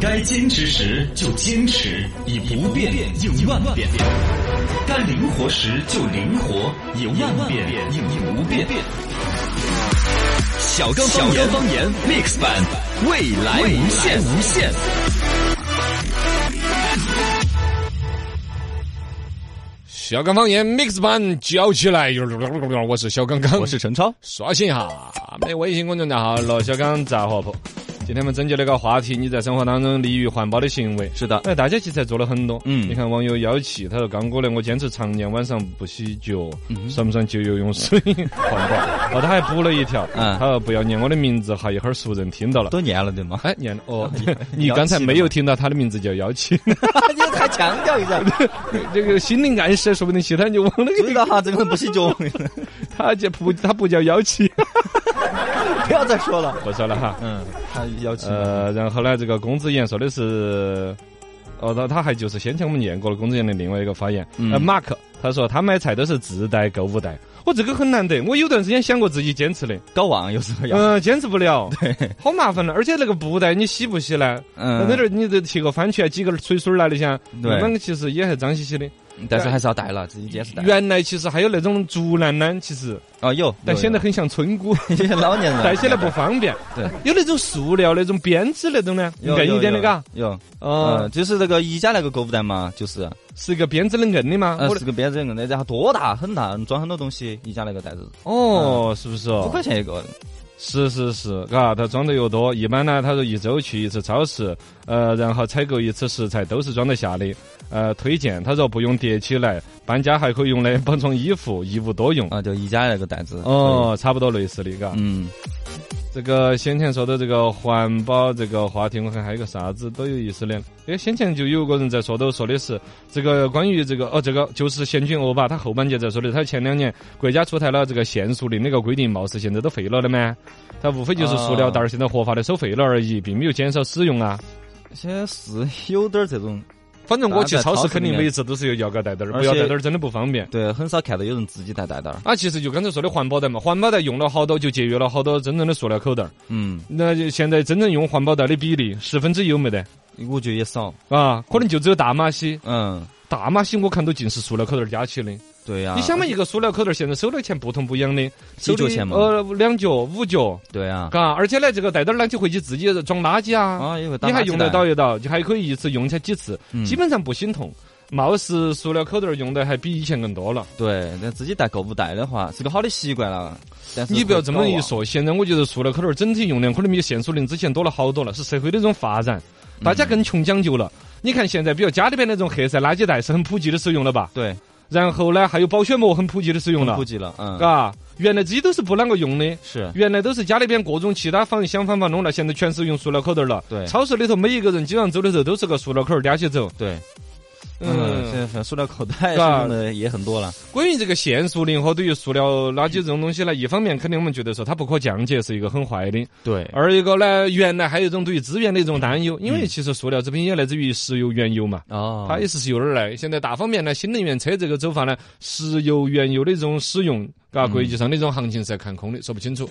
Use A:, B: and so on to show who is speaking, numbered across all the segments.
A: 该坚持时就坚持，以不变应万变；该灵活时就灵活，以万变应不变。小刚方言方言 mix 版，未来无限无限。
B: 小刚方言 mix 版叫起来，我是小刚刚，
C: 我是陈超。
B: 刷新一下我们微信公众号“罗小刚杂货铺”。今天我们征集了一个话题，你在生活当中利于环保的行为。
C: 是的
B: 哎，大家其实还做了很多。
C: 嗯
B: 你看网友妖气，他说：“刚哥呢，我坚持常年晚上不洗脚，
C: 嗯
B: 算不算就游泳水环 保？”哦，他还补了一条，
C: 嗯
B: 他说：“不要念我的名字哈，一会儿熟人听到了。
C: 都念了对吗”？
B: 哎，念了 哦，
C: 你
B: 你刚才没有听到他的名字叫妖 气，
C: 你还强 调一下，
B: 这个心灵暗示，说不定其他人就忘了。
C: 知道哈，这个不是酒，
B: 他叫不，他不叫妖气。
C: 不要再说了。
B: 不说了哈。
C: 嗯，他要求
B: 呃，然后呢，这个龚子言说的是，哦，他他还就是先前我们念过了龚子言的另外一个发言，
C: 嗯
B: 呃，Mark 他说他买菜都是自带购物袋，我这个很难得，我有段时间想过自己坚持的，
C: 搞忘有时候要，
B: 嗯、坚持不 了，好麻烦了，而且那个布袋你洗不洗呢？
C: 嗯
B: 在这儿你这提个番茄，几根水水儿来的噻，
C: 对
B: 那么其实也还脏兮兮的。
C: 但是还是要带了，自己坚持带。
B: 原来其实还有那种竹篮篮，其实
C: 哦有，
B: 但
C: 有
B: 显得很像村姑。
C: 有有些老年人
B: 带起来不方便，
C: 对，
B: 有那种塑料那种编织那种呢，
C: 有
B: 硬一点的嘎，，
C: 有有，
B: 哦，
C: 嗯，就是这个宜家那个购物袋嘛，就是，
B: 是一个编织的硬的吗？
C: 呃
B: 啊我，的
C: 是个编织用的，然后多大很大，装很多东西，宜家那个袋子，
B: 哦，是不是
C: 五
B: 哦？
C: 块钱一个，
B: 是是是，嘎，它装的又多。一般呢，他说一周去一次超市，呃，然后采购一次食材，都是装得下的。呃，推荐他说不用叠起来，搬家还可以用来 包装衣服，一物多用。
C: 啊，就宜家那个袋子。
B: 哦，差不多类似的，嘎
C: 可以，。嗯，
B: 这个先前说的这个环保这个话题，我看还有个啥子都有意思的。因为先前就有个人在说的，说的是这个关于这个哦，这个就是贤君欧巴，他后半截在说的，他前两年国家出台了这个限塑令那个规定，貌似现在都废了的吗？他无非就是塑料袋儿现在合法的收费了而已，并没有减少使用啊。
C: 些是有点儿这种，
B: 反正我去
C: 啊在
B: 超
C: 超
B: 市
C: 市
B: 肯定
C: 里面
B: 每一次都是有摇杆袋袋儿，
C: 而
B: 不要
C: 且
B: 袋袋儿真的不方便。
C: 对，很少看到有人自己带袋袋儿。
B: 啊，其实就刚才说的环保袋嘛，环保袋用了好多，就节约了好多真正的塑料口袋儿。
C: 嗯，
B: 那就现在真正用环保袋的比例，十分之一有没得？
C: 我觉得也少。
B: 啊，可能就只有大马西，
C: 嗯，
B: 大马西我看都尽是塑料口袋儿加起的。
C: 对呀、
B: 你想嘛，一个塑料口袋儿现在收的钱不痛不痒的，收的
C: 啊几角钱嘛
B: 呃，两角、五角，
C: 对呀、
B: 嘎，而且呢，这个袋袋儿呢就回去自己装垃圾啊，
C: 啊，因为
B: 你还用得到，一到，就还可以一次用下几次，
C: 嗯
B: 基本上不心痛。貌似塑料口袋儿用的还比以前更多了，
C: 对，但自己带购物袋的话是个好的习惯了。但是
B: 你不要这么一
C: 会搞啊
B: 说，现在我觉得塑料口袋儿整体用量可能比限塑令之前多了好多了，是社会的一种发展，大
C: 嗯
B: 家更穷讲究了。你看现在，比如家里边那种黑色垃圾袋是很普及的使用了吧？
C: 啊，对，
B: 然后呢，还有保鲜膜很普及的使用了
C: 普，及了，嗯，
B: 嘎、原来这些都是不啷个用的，
C: 是，
B: 原来都是家里边各种其他方想方法弄了，现在全是用塑料口袋儿了。
C: 对
B: 超市里头每一个人街上走的时候都是个塑料口袋儿叼起走。
C: 对，嗯，
B: 嗯，
C: 现在塑料口袋
B: 是吧
C: 用的也很多了，
B: 关于这个限塑令和对于塑料垃圾这种东西呢，一方面肯定我们觉得说它不可降解是一个很坏的，
C: 对
B: 二一个呢，原来还有一种对于资源的一种担忧，因为其实塑料制品也来自于石油、原油嘛。
C: 哦，
B: 它也是是由哪儿来？现在大方面呢，新能源车这个走法呢，石油、原油的这种使用，嘎，国际上的这种行情是在看空的，说不清楚。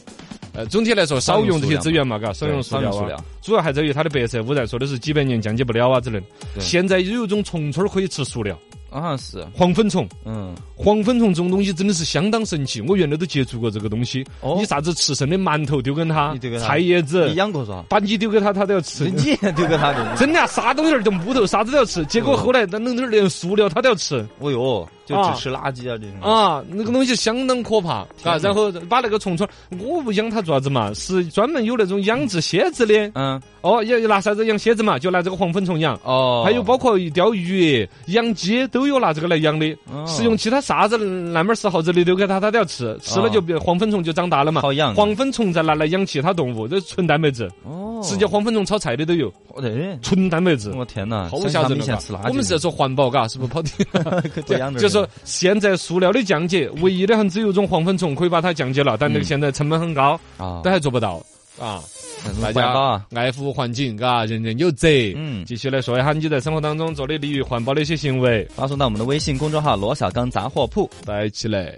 B: 呃，总体来说，少用这些资源嘛，嘎，少
C: 对
B: 用塑
C: 少
B: 料
C: 用塑
B: 啊
C: 料。，
B: 主要还在于它的白色污染，说的是几百年降解不了啊之类的。
C: 对
B: 现在又有一种虫虫儿可以吃塑料，
C: 啊是，
B: 黄粉虫。
C: 嗯，
B: 黄粉虫这种东西真的是相当神奇，我原来都接触过这个东西。
C: 哦
B: 你啥子吃剩的馒头丢给它
C: 你丢给，它
B: 菜叶子
C: 你，养过是吧？
B: 把你丢给它，它都要吃。
C: 你也丢给 他的，
B: 真的、啊，啥东西儿就木头，啥子都要吃。结果后来那那那连塑料它都要吃。
C: 哦哟，就
B: 啊
C: 只吃垃圾啊这种，
B: 啊，那个东西相当可怕，啊，
C: 哪
B: 然后把那个虫虫，我不养它做啥子嘛？是专门有那种养殖蝎子的，
C: 嗯，
B: 哦，要拿啥子养蝎子嘛？就拿这个黄粉虫养。
C: 哦，
B: 还有包括钓鱼、养鸡都有拿这个来养的，
C: 哦
B: 是用其他啥子那么儿是耗子的丢给它，它都要吃，吃了就变黄粉虫就长大了嘛。
C: 好养
B: 黄粉虫再拿来养其他动物，这纯蛋白质，
C: 哦，
B: 直接黄粉虫炒菜的都有，
C: 哦对，
B: 纯蛋白质。
C: 我天哪，
B: 好
C: 想起
B: 吓
C: 他
B: 人
C: 们以
B: 的
C: 前
B: 嘎
C: 吃垃圾，
B: 我们是在说环保，嘎，是不是跑题？
C: 就养点儿
B: 就说现在塑料的降解，唯一的还只有一种黄粉虫可以把它降解了，但那个
C: 嗯
B: 现在成本很高，
C: 啊
B: 都，还做不到啊！大
C: 环保
B: 家
C: 啊
B: 爱护环境，嘎，人人有责。
C: 嗯
B: 继续来说一下你在生活当中做的利于环保的一些行为，
C: 发送到我们的微信公众号“罗小刚杂货铺
B: 摆起来。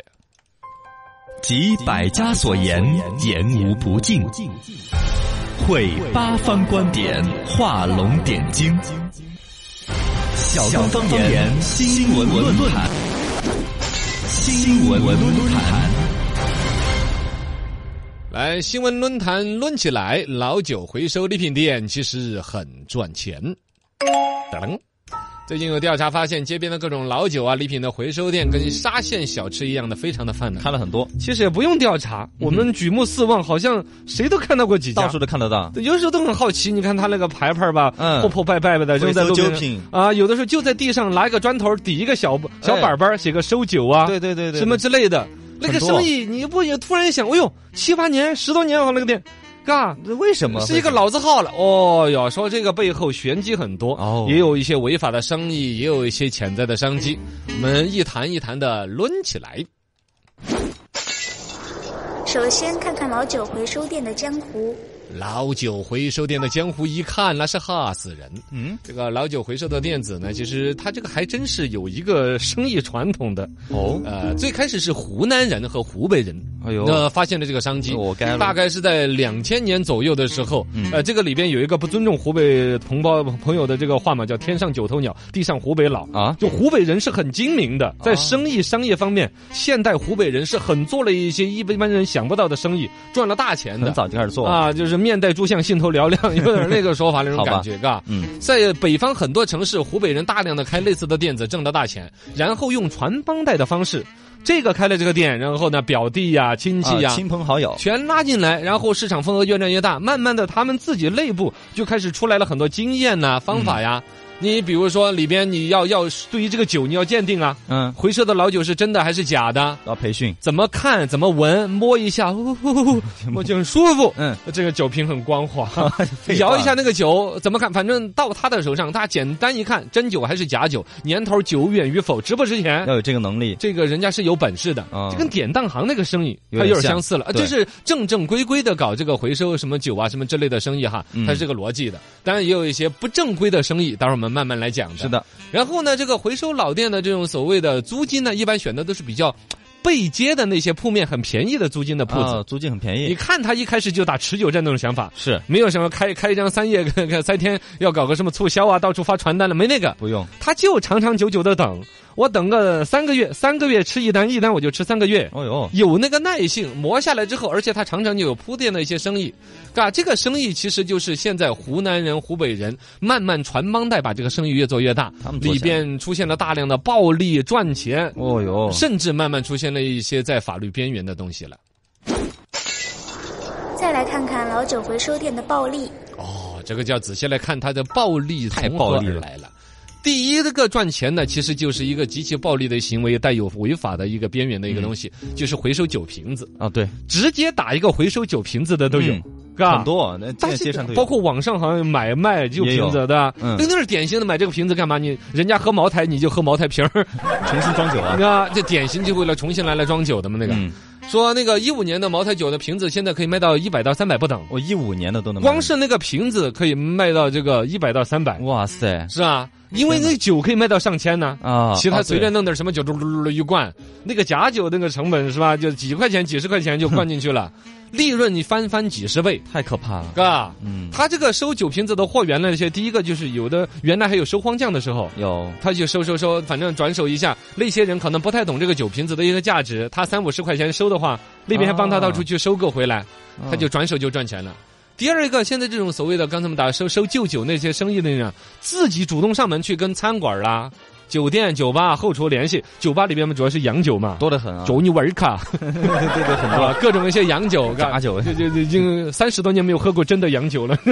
A: 集百家所言，言无不尽。汇八方观点，画龙点睛。小刚方言新闻论坛，新闻论坛。
B: 来，新闻论坛论起来，老酒回收礼品店其实很赚钱。噔噔。最近有调查发现，街边的各种老酒啊、礼品的回收店，跟沙县小吃一样的，非常的泛滥。
C: 看了很多，
B: 其实也不用调查，
C: 嗯
B: 我们举目四望，好像谁都看到过几家
C: 到。处都看得到。
B: 有时候都很好奇，你看他那个牌牌吧，
C: 嗯
B: 破破败败的扔在路
C: 回收酒
B: 边
C: 品哎
B: 啊，有的时候就在地上拿一个砖头抵一个小小板板，写个收酒啊，
C: 对对对
B: 什么之类的。那个
C: 很多
B: 生意，你不也突然想，哎呦，七八年、十多年好那个店，嘎。
C: 这为什么
B: 是一个老字号了，哦哟，说这个背后玄机很多，
C: 哦
B: 也有一些违法的生意，也有一些潜在的商机，我们一谈一谈的抡起来。
D: 首先看看老酒回收店的江湖。
B: 老酒回收店的江湖一看，那是吓死人。
C: 嗯
B: 这个老酒回收的店子呢，其实它这个还真是有一个生意传统的。
C: 哦，
B: 呃，最开始是湖南人和湖北人，
C: 哎呦
B: 呃，发现了这个商机。
C: 哦我该了嗯
B: 大概是在两千年左右的时候，呃，这个里边有一个不尊重湖北同胞朋友的这个话嘛，叫“天上九头鸟，地上湖北佬”。
C: 啊
B: 就湖北人是很精明的，在生意商业方面，现代湖北人是很做了一些一般人想不到的生意，赚了大钱的。
C: 很早就开始做了，
B: 啊，就是面带猪相，信头嘹亮， 有点那个说法那种
C: 好吧
B: 感觉，嘎。
C: 嗯，
B: 在北方很多城市，湖北人大量的开类似的店子，挣到大钱，然后用传帮带的方式，这个开了这个店，然后呢，表弟呀、亲戚呀、
C: 啊亲朋好友，
B: 全拉进来，然后市场份额越来越大，慢慢的他们自己内部就开始出来了很多经验呐、方法呀。
C: 嗯
B: 你比如说里边你要要对于这个酒你要鉴定啊，
C: 嗯，
B: 回收的老酒是真的还是假的？
C: 然后培训，
B: 怎么看，怎么闻，摸一下，呼呼呼 呼我就很舒服。
C: 嗯，
B: 这个酒瓶很光滑，
C: 废话
B: 摇一下那个酒，怎么看？反正到他的手上，他简单一看，真酒还是假酒，年头久远与否，值不值钱
C: 要，有这个能力，
B: 这个人家是有本事的。
C: 啊
B: 这跟典当行那个生意
C: 有
B: 它
C: 点
B: 有点
C: 像
B: 相似了，啊
C: 对
B: 就是正正规规的搞这个回收什么酒啊什么之类的生意哈
C: 嗯，
B: 它是这个逻辑的。当然也有一些不正规的生意，待会儿我们慢慢来讲的。
C: 是的，
B: 然后呢，这个回收老店的这种所谓的租金呢，一般选的都是比较背街的那些铺面很便宜的租金的铺子。
C: 啊，租金很便
B: 你
C: 宜，
B: 看他一开始就打持久战那种想法，
C: 是
B: 没有什么开开一张三页、 三天要搞个什么促销啊，到处发传单了，没那个，
C: 不用，
B: 他就长长久久的等。我等个三个月，三个月吃一单，一单我就吃三个月。
C: 哦哟，
B: 有那个耐性，磨下来之后，而且他常常就有铺垫的一些生意，嘎，这个生意其实就是现在湖南人、湖北人慢慢传帮带把这个生意越做越大
C: 他们，做
B: 里
C: 起来
B: 边出现了大量的暴利赚钱，
C: 哦哟，
B: 甚至慢慢出现了一些在法律边缘的东西了。
D: 再来看看老酒回收店的暴利。
B: 哦，这个就要仔细来看它的暴利
C: 太
B: 从
C: 暴
B: 何
C: 利
B: 而
C: 了
B: 来了。第一个赚钱呢，其实就是一个极其暴利的行为，带有违法的一个边缘的一个东西，
C: 嗯
B: 就是回收酒瓶子，
C: 啊，对，
B: 直接打一个回收酒瓶子的都有，
C: 嗯
B: 是吧
C: 很多，那
B: 啊但
C: 在
B: 是
C: 街上都有，
B: 包括网上好像买卖就瓶子的，
C: 嗯
B: 那都是典型的买这个瓶子干嘛？你人家喝茅台，你就喝茅台瓶 儿，
C: 重新装酒啊，
B: 那这典型就为了重新来来装酒的嘛。那个、
C: 嗯，
B: 说那个一五年的茅台酒的瓶子，现在可以卖到一百到三百不等，
C: 我一五年的都能买，
B: 光是那个瓶子可以卖到这个一百到三百，
C: 哇塞
B: 是啊，因为那酒可以卖到上千呢、
C: 啊，
B: 其他
C: 啊
B: 随便，弄点什么酒，嘟噜噜噜一灌，那个假酒那个成本是吧？就几块钱、几十块钱就灌进去 了，利润你翻翻几十倍，
C: 对太可怕了，
B: 嘎。
C: 嗯，
B: 他这个收酒瓶子的货源那些，第一个就是有的原来还有收荒匠的时候，
C: 有，
B: 他就收收收，反正转手一下，那些人可能不太懂这个酒瓶子的一个价值，他三五十块钱收的话，那边还帮他
C: 啊
B: 到处去收购回来，他就
C: 啊
B: 转手就赚钱了。第二个，现在这种所谓的刚才我们打收收旧酒那些生意的人啊，自己主动上门去跟餐馆啦、酒店、酒吧后厨联系。酒吧里边嘛，主要是洋酒嘛，
C: 多得很啊，
B: 酒你玩儿卡，
C: 对对对，很
B: 是
C: 多，
B: 吧？各种一些洋酒，
C: 假酒
B: 就就就已经三十多年没有喝过真的洋酒了，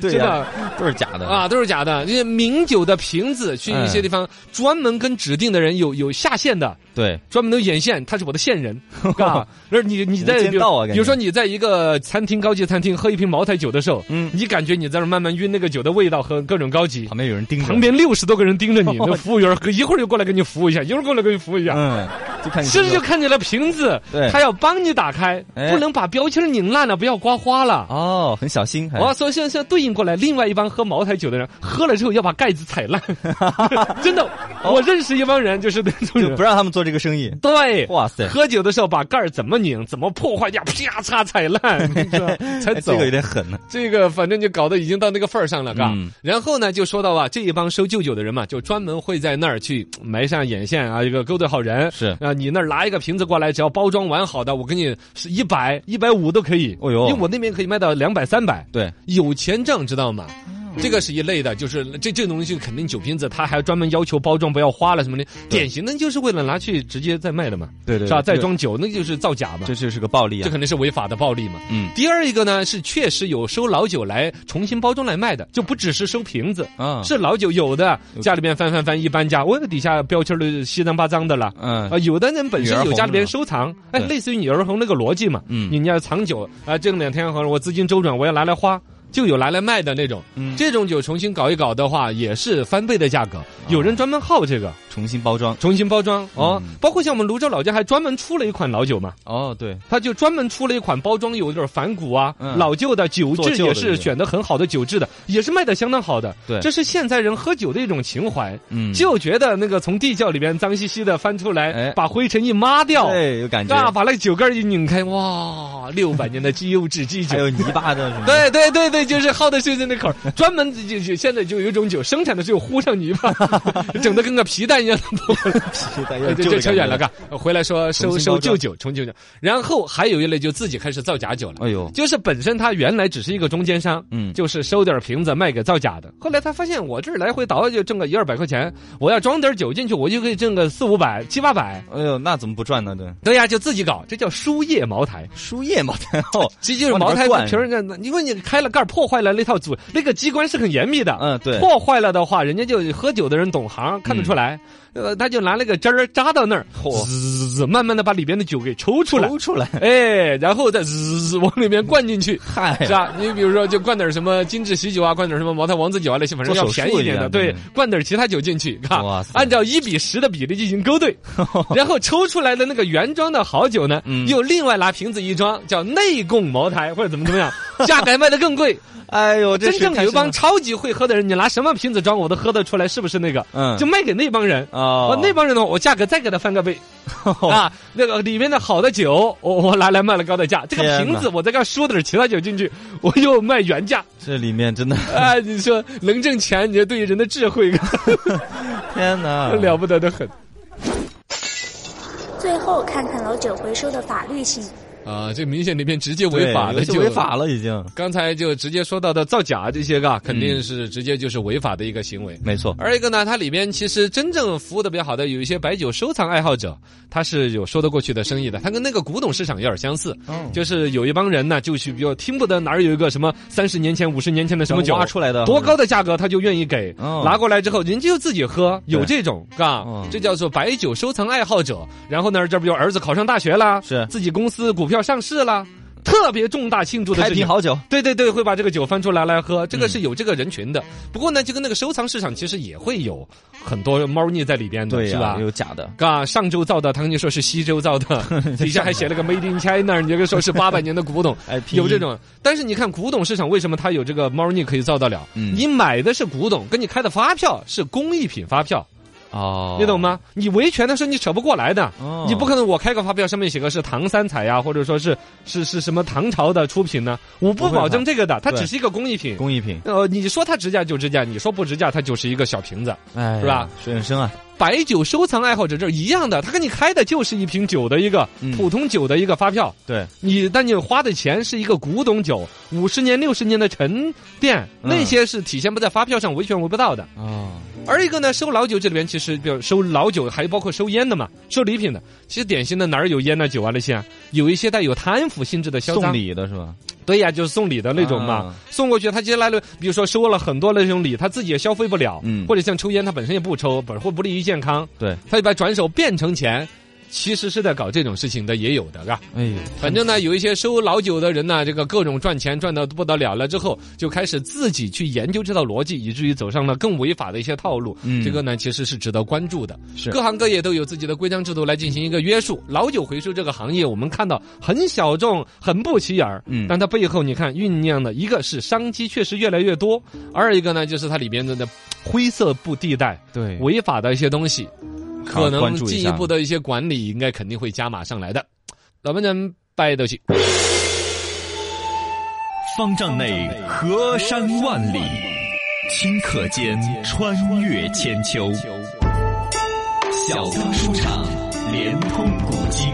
C: 对
B: 真的
C: 呀。都是假的，
B: 啊，都是假的。这些名酒的瓶子，去一些
C: 哎
B: 地方专门跟指定的人有有下线的，
C: 对，
B: 专门都眼线，他是我的线 人，啊，就是你你在
C: 无间
B: 比如
C: 道啊感觉
B: 比如说你在一个餐厅高级餐厅喝一瓶茅台酒的时候，
C: 嗯，
B: 你感觉你在那儿慢慢晕那个酒的味道和各种高级。
C: 旁边有人盯着，
B: 旁边六十多个人盯着你，那服务员儿一会儿又过来给你服务一下，一会儿过来给你服务一下，
C: 嗯，就看你
B: 其实就看你的瓶子
C: 对，
B: 它要帮你打开，
C: 哎
B: 不能把标签拧烂了，不要刮花了。
C: 哦，很小心，还
B: 我要说，现在对应过来，另外一帮喝茅台酒的人喝了之后要把盖子踩 烂，真的，我认识一帮人就是那种
C: 哦 就
B: 人
C: 不，让他们做这个生意。
B: 对，
C: 哇塞，哎
B: 喝酒的时候把盖儿怎么拧，怎么破坏掉，啪嚓踩烂， 你知道才
C: 哎
B: 走。
C: 这个有点狠呢。
B: 这个反正就搞得已经到那个份儿上了，嘎、
C: 嗯
B: 然后呢，就说到啊，这一帮收舅舅的人嘛，就专门会在那儿去埋上眼线啊，一个勾兑好人。
C: 是
B: 啊，你那儿拿一个瓶子过来，只要包装完好的，我给你是一百、一百五都可以。
C: 哦哟
B: 因为我那边可以卖到两百、三百。
C: 对，
B: 有钱挣，知道吗？
C: 嗯
B: 这个是一类的，就是这这种东西肯定酒瓶子，他还要专门要求包装不要花了什么的，典型的就是为了拿去直接再卖的嘛，
C: 对对
B: 是吧？
C: 对
B: 再装酒那就是造假嘛，
C: 这就是个暴力
B: 这
C: 啊。
B: 肯定是违法的暴利嘛。
C: 嗯
B: 第二一个呢是确实有收老酒来重新包装来卖的，就不只是收瓶子，
C: 啊，
B: 是老酒有的家里边翻翻翻一搬家，我底下标签儿都稀脏八脏的了。
C: 嗯
B: 啊，有的人本身有家里边收藏，哎，
C: 对
B: 类似于女儿红那个逻辑嘛。
C: 嗯
B: 你要藏酒啊，这两天好像我资金周转，我要拿来花，就有拿来卖的那种。
C: 嗯
B: 这种酒重新搞一搞的话，也是翻倍的价格。有人专门好这个，
C: 重新包装。
B: 重新包装哦
C: 嗯。
B: 包括像我们泸州老家还专门出了一款老酒嘛，
C: 哦，对，
B: 他就专门出了一款包装有点反骨啊、
C: 嗯
B: 老旧的酒
C: 做
B: 质
C: 旧的
B: 也
C: 这
B: 是
C: 种
B: 选的很好的酒质的，也是卖的相当好的。
C: 对
B: 这是现在人喝酒的一种情怀，
C: 嗯
B: 就觉得那个从地窖里边脏兮兮的翻出来，
C: 哎
B: 把灰尘一抹掉，
C: 对，有感觉，
B: 啊那把那个酒盖一拧开， 哇，六百年的基优质基
C: 还
B: 酒。
C: 有泥巴的什么
B: 对
C: 的。
B: 对对对，就是好的就是那口儿，专门就就现在就有一种酒生产的时候糊上泥 巴，整的跟个皮蛋一样的包裹
C: 对
B: 这这扯远了，。嘎。回来说收
C: 重新
B: 收
C: 包装
B: 舅舅，重舅舅。然后还有一类就自己开始造假酒了，
C: 哎呦，
B: 就是本身他原来只是一个中间商，
C: 嗯，
B: 就是收点瓶子卖给造假的。后来他发现我这儿来回倒就挣个一二百块钱，我要装点酒进去，我就可以挣个四五百、七八百。
C: 哎呦，那怎么不赚呢？这
B: 对呀，就自己搞，这叫输液茅台。
C: 输液 茅台哦，
B: 这就是茅台瓶儿，那因为你开了盖儿破坏了那套组，那个机关是很严密的。
C: 嗯，对，
B: 破坏了的话，人家就喝酒的人懂行，看得出来。呃，他就拿那个针儿扎到那儿，
C: 嗯嚯
B: 滋，慢慢的把里边的酒给抽出来，
C: 抽哦出来，
B: 哎，然后再滋往里面灌进去。
C: 嗨，
B: 是 吧？你比如说，就灌点什么精致喜酒啊，灌点什么茅台王子酒啊那些，反正要
C: 做手术
B: 便宜一点
C: 一
B: 的，
C: 样
B: 对
C: 对，
B: 灌点其他酒进去，看
C: 哇塞，
B: 按照一比十的比例进行勾 兑，然后抽出来的那个原装的好酒呢，
C: 嗯
B: 又另外拿瓶子一装，叫内供茅台或者怎么怎么 样，价格卖的更贵。
C: 哎呦， 这
B: 真正有一帮
C: 谁
B: 超级会喝的人，你拿什么瓶子装，我都喝得出来是不是那个，
C: 嗯
B: 就卖给那帮人。
C: 看是吗哦
B: 我，那帮人的话，我价格再给他翻个倍啊！那个里面的好的酒，我我拿来卖了高的价，这个
C: 天
B: 瓶
C: 哪
B: 子我再给他输点其他酒进去，我又卖原 价。
C: 这里面真的，
B: 啊，你说能挣钱，你就对人的智 慧
C: 天哪，
B: 了不得的很。
D: 最后看看老酒回收的法律性。
B: 啊，这明显里面直接
C: 对
B: 违法嗯
C: 有
B: 的
C: 些
B: 就
C: 违法了已经，
B: 刚才就直接说到的造假这些个，肯定是直接就是违法的一个行为。
C: 没错，
B: 而一个呢，它里边其实真正服务的比较好的，有一些白酒收藏爱好者，他是有说得过去的生意的。他跟那个古董市场有点相似，
C: 哦
B: 就是有一帮人呢，就去比如听不得哪儿有一个什么三十年前、五十年前的什么酒
C: 挖，出来的
B: 多高的价格他就愿意给，
C: 哦
B: 拿过来之后人家就自己喝，有这种，嘎
C: 哦，
B: 这叫做白酒收藏爱好者。然后呢，这不有儿子考上大学啦，
C: 是
B: 自己公司股票上市啦，特别重大庆祝的
C: 开
B: 事情
C: 瓶。好酒，嗯
B: 对对对，会把这个酒翻出来来喝，这个是有这个人群的。不过呢，就跟那个收藏市场其实也会有很多猫腻在里边的，
C: 对
B: 是
C: 呀
B: 吧，？
C: 有假的，，
B: 嘎，啊上周造的，他跟你说是西周造的，底下还写了个 Made in China，你就跟说是八百年的古董
C: 哎拼音
B: 有这种。但是你看古董市场为什么它有这个猫腻可以造得了？
C: 嗯
B: 你买的是古董，跟你开的发票是工艺品发票，
C: 哦
B: 你懂？吗？你维权的时候你扯不过来的。
C: 哦
B: 你不可能，我开个发票上面写个是唐三彩呀、或者说是是是什么唐朝的出品呢？我
C: 不
B: 不
C: 会
B: 保
C: 吧
B: 证这个的，它
C: 对
B: 只是一个工艺品。
C: 工艺品，
B: 呃，你说它值价就值价，你说不值价，它就是一个小瓶子。
C: 哎呀，
B: 是吧
C: 水很深啊，
B: 白酒收藏爱好者这儿一样的，他跟你开的就是一瓶酒的一个、
C: 嗯
B: 普通酒的一个发票，
C: 对，
B: 你但你花的钱是一个古董酒，五十年六十年的沉淀，
C: 嗯
B: 那些是体现不在发票上，维权维不到的。
C: 哦，
B: 而一个呢，收老酒这里边其实，比如收老酒，还包括收烟的嘛，收礼品的。其实典型的哪儿有烟啊、酒啊那些啊，有一些带有贪腐性质的销
C: 送
B: 赃。
C: 礼的是吧？
B: 对呀，就是送礼的那种嘛，
C: 啊
B: 送过去他接来了，比如说收了很多那种礼，他自己也消费不了，
C: 嗯
B: 或者像抽烟，他本身也不抽，本或不利于健康，
C: 对，
B: 他就把转手变成钱。其实是在搞这种事情的也有的，嘎。
C: 哎呦，
B: 反正呢，有一些收老酒的人呢，这个各种赚钱赚的不得了了之后，就开始自己去研究这套逻辑，以至于走上了更违法的一些套路。
C: 嗯
B: 这个呢，其实是值得关注的。
C: 是
B: 各行各业都有自己的规章制度来进行一个约束。老酒回收这个行业，我们看到很小众，很不起眼儿。
C: 嗯
B: 但它背后你看酝酿的一个是商机确实越来越多，二一个呢就是它里边的那灰色部地带、
C: 对，
B: 违法的一些东西，
C: 好
B: 可
C: 关
B: 能
C: 注一
B: 进一
C: 下
B: 步的一些管理应该肯定会加码上来的。老板娘拜斗起。
A: 方丈内河山万里，顷刻间穿越千秋。小刚书场，连通古今。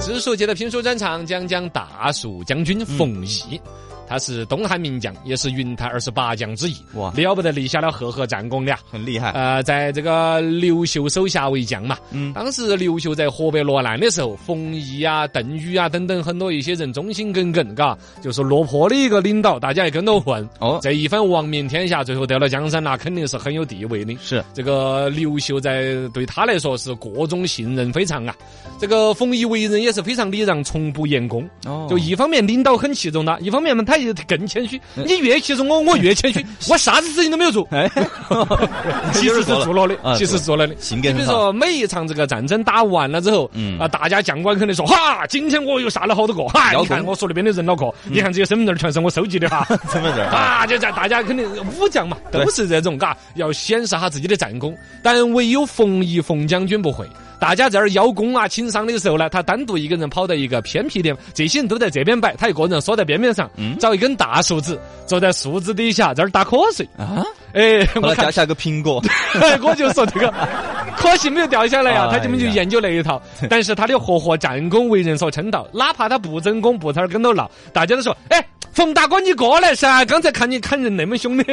B: 植树节的评书专场将将大蜀将军冯熙。他是东汉名将，也是云台二十八将之一，
C: 哇
B: 了不得立下了赫赫战功了。
C: 很厉害，
B: 呃，在这个刘秀手下为将嘛，
C: 嗯
B: 当时刘秀在河北落难的时候，冯异啊、邓禹啊等等很多一些人忠心耿耿，嘎，就是落魄的一个领导，大家也跟着混。
C: 哦，
B: 这一番亡命天下，最后得了江山那肯定是很有地位的。
C: 是
B: 这个刘秀在对他来说是各种信任非常啊。这个冯异为人也是非常礼让，从不言功。
C: 哦
B: 就一方面领导很器重他，一方面嘛他也更谦虚。
C: 嗯
B: 你越器 重我，我越谦虚，我啥子事情都没有做。
C: 哎，
B: 其实是做了的，
C: 啊
B: 其实是做了的。
C: 行
B: 你
C: 给
B: 比
C: 很
B: 如
C: 好，
B: 说，每一场这个战争打完了之后，
C: 嗯
B: 啊，大家将官肯定说，哈，今天我又杀了好多个，哈，
C: 摇嗯
B: 你
C: 头
B: 看我手里边的人脑壳，你看这些身份证全是我收集的哈，
C: 身份证啊，
B: 啊，就在大家肯定武将嘛，都是这种，嘎，要显示下自己的战功。但唯有冯异冯将军不会，大家在这儿邀功啊、请赏的时候呢，他单独一个人跑到一个偏僻点，这些人都在这边摆，他一个人缩在边边上，找一根大树枝，坐在树枝底下在这儿打瞌睡。
C: 嗯啊，
B: 哎，
C: 后
B: 我
C: 来
B: 看
C: 加下个苹 果，
B: 我就说 这个，可惜没有掉下来呀、
C: 哎呀
B: 他就没有研究那一 套。但是他的赫赫战功为人所称道，哪怕他不争功，不在那儿跟头闹，大家都说：“哎，冯大哥你过来噻！刚才看你砍人那么 凶的，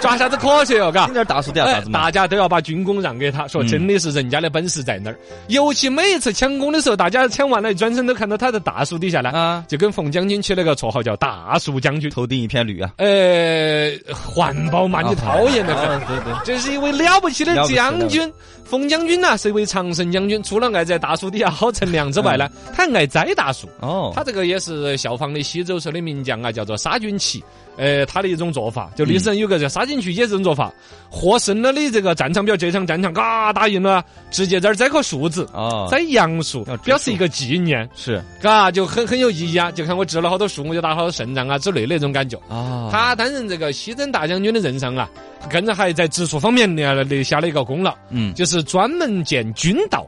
B: 抓啥子瞌睡哟？嘎
C: 你。”点大叔点啥
B: 哎
C: 子，嘛？
B: 大家都要把军功让给他，说真的是人家的本事在那
C: 嗯
B: 儿。尤其每一次抢功的时候，大家抢完了，转身都看到他在大树底下呢，
C: 啊
B: 就跟冯将军起了个绰号叫“大树将军”。
C: 头顶一片绿啊，
B: 呃，环保嘛，你讨厌得 很。
C: 哦对对，
B: 这是一位了不起的将军，冯将军呐、是一位常胜将军。除了爱在大树底下好乘凉之外呢，他还爱栽大树。嗯
C: 哦，
B: 他这个也是效仿的西周时候的名将啊，叫做沙俊奇。呃，他的一种做法，就历史上有个叫沙俊奇也是这种做法，获胜了的这个战场，比如这场战场，嘎打赢了，直接这儿栽棵树子，
C: 哦，
B: 栽杨树
C: 要，植
B: 表示
C: 树
B: 一个纪念，
C: 是
B: 嘎就很很有意义啊。就看我植了好多树，我就打好多胜仗啊之类的那种感觉。
C: 啊，
B: 他担任这个西征大将军的任上啊，更还在植树方面呢立下了一个功劳，
C: 嗯，
B: 就是专门建军道，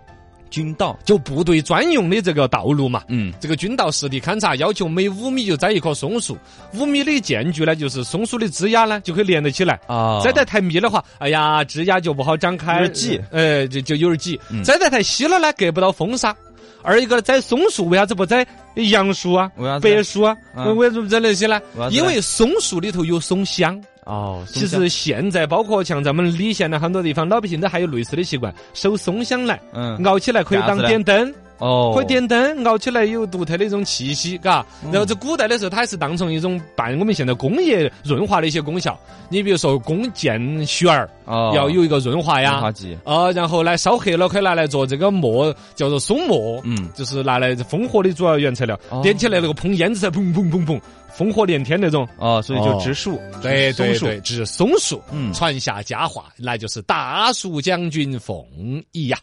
C: 军道，
B: 就部队专用的这个道路嘛。
C: 嗯，
B: 这个军道实地勘察要求每五米就栽一棵松树，五米的间距呢，就是松树的枝桠呢就可以连得起来。
C: 啊，
B: 栽得太密的话，哎呀，枝桠就不好张开，
C: 有点挤，
B: 呃，就就有点挤
C: 嗯。
B: 栽得太稀了呢，隔不到风沙。二一个呢栽松树为啥子不栽杨树啊、
C: 为啥子
B: 柏树啊？
C: 嗯
B: 为啥子不栽那些呢
C: 为啥？子呢
B: 因为松树里头有松香。
C: 哦，松
B: 其
C: 香
B: 实现在包括像咱们礼县的很多地方，老百姓都还有类似的习惯，收松香来。
C: 嗯，
B: 熬起来可以当点灯，
C: 哦，嗯
B: 可以点灯，熬起来有独特的一种气息，嘎。然后在古代的时候，它还是当成一种办我们现在工业润滑的一些功效。你比如说弓箭须儿，
C: 哦，
B: 要有一个润滑
C: 润滑
B: 呀，
C: 剂，
B: 呃，然后呢烧黑了可以拿来做这个墨，叫做松墨，
C: 嗯，
B: 就是拿来烽火的主要原材料
C: 哦。
B: 点起来那个喷烟子，砰砰砰砰，烽火连天那种。
C: 哦，所以就
B: 哦
C: 植树，
B: 对
C: 松
B: 对
C: 树
B: 对，指松树，
C: 嗯
B: 传下佳话，那就是大树将军冯异呀。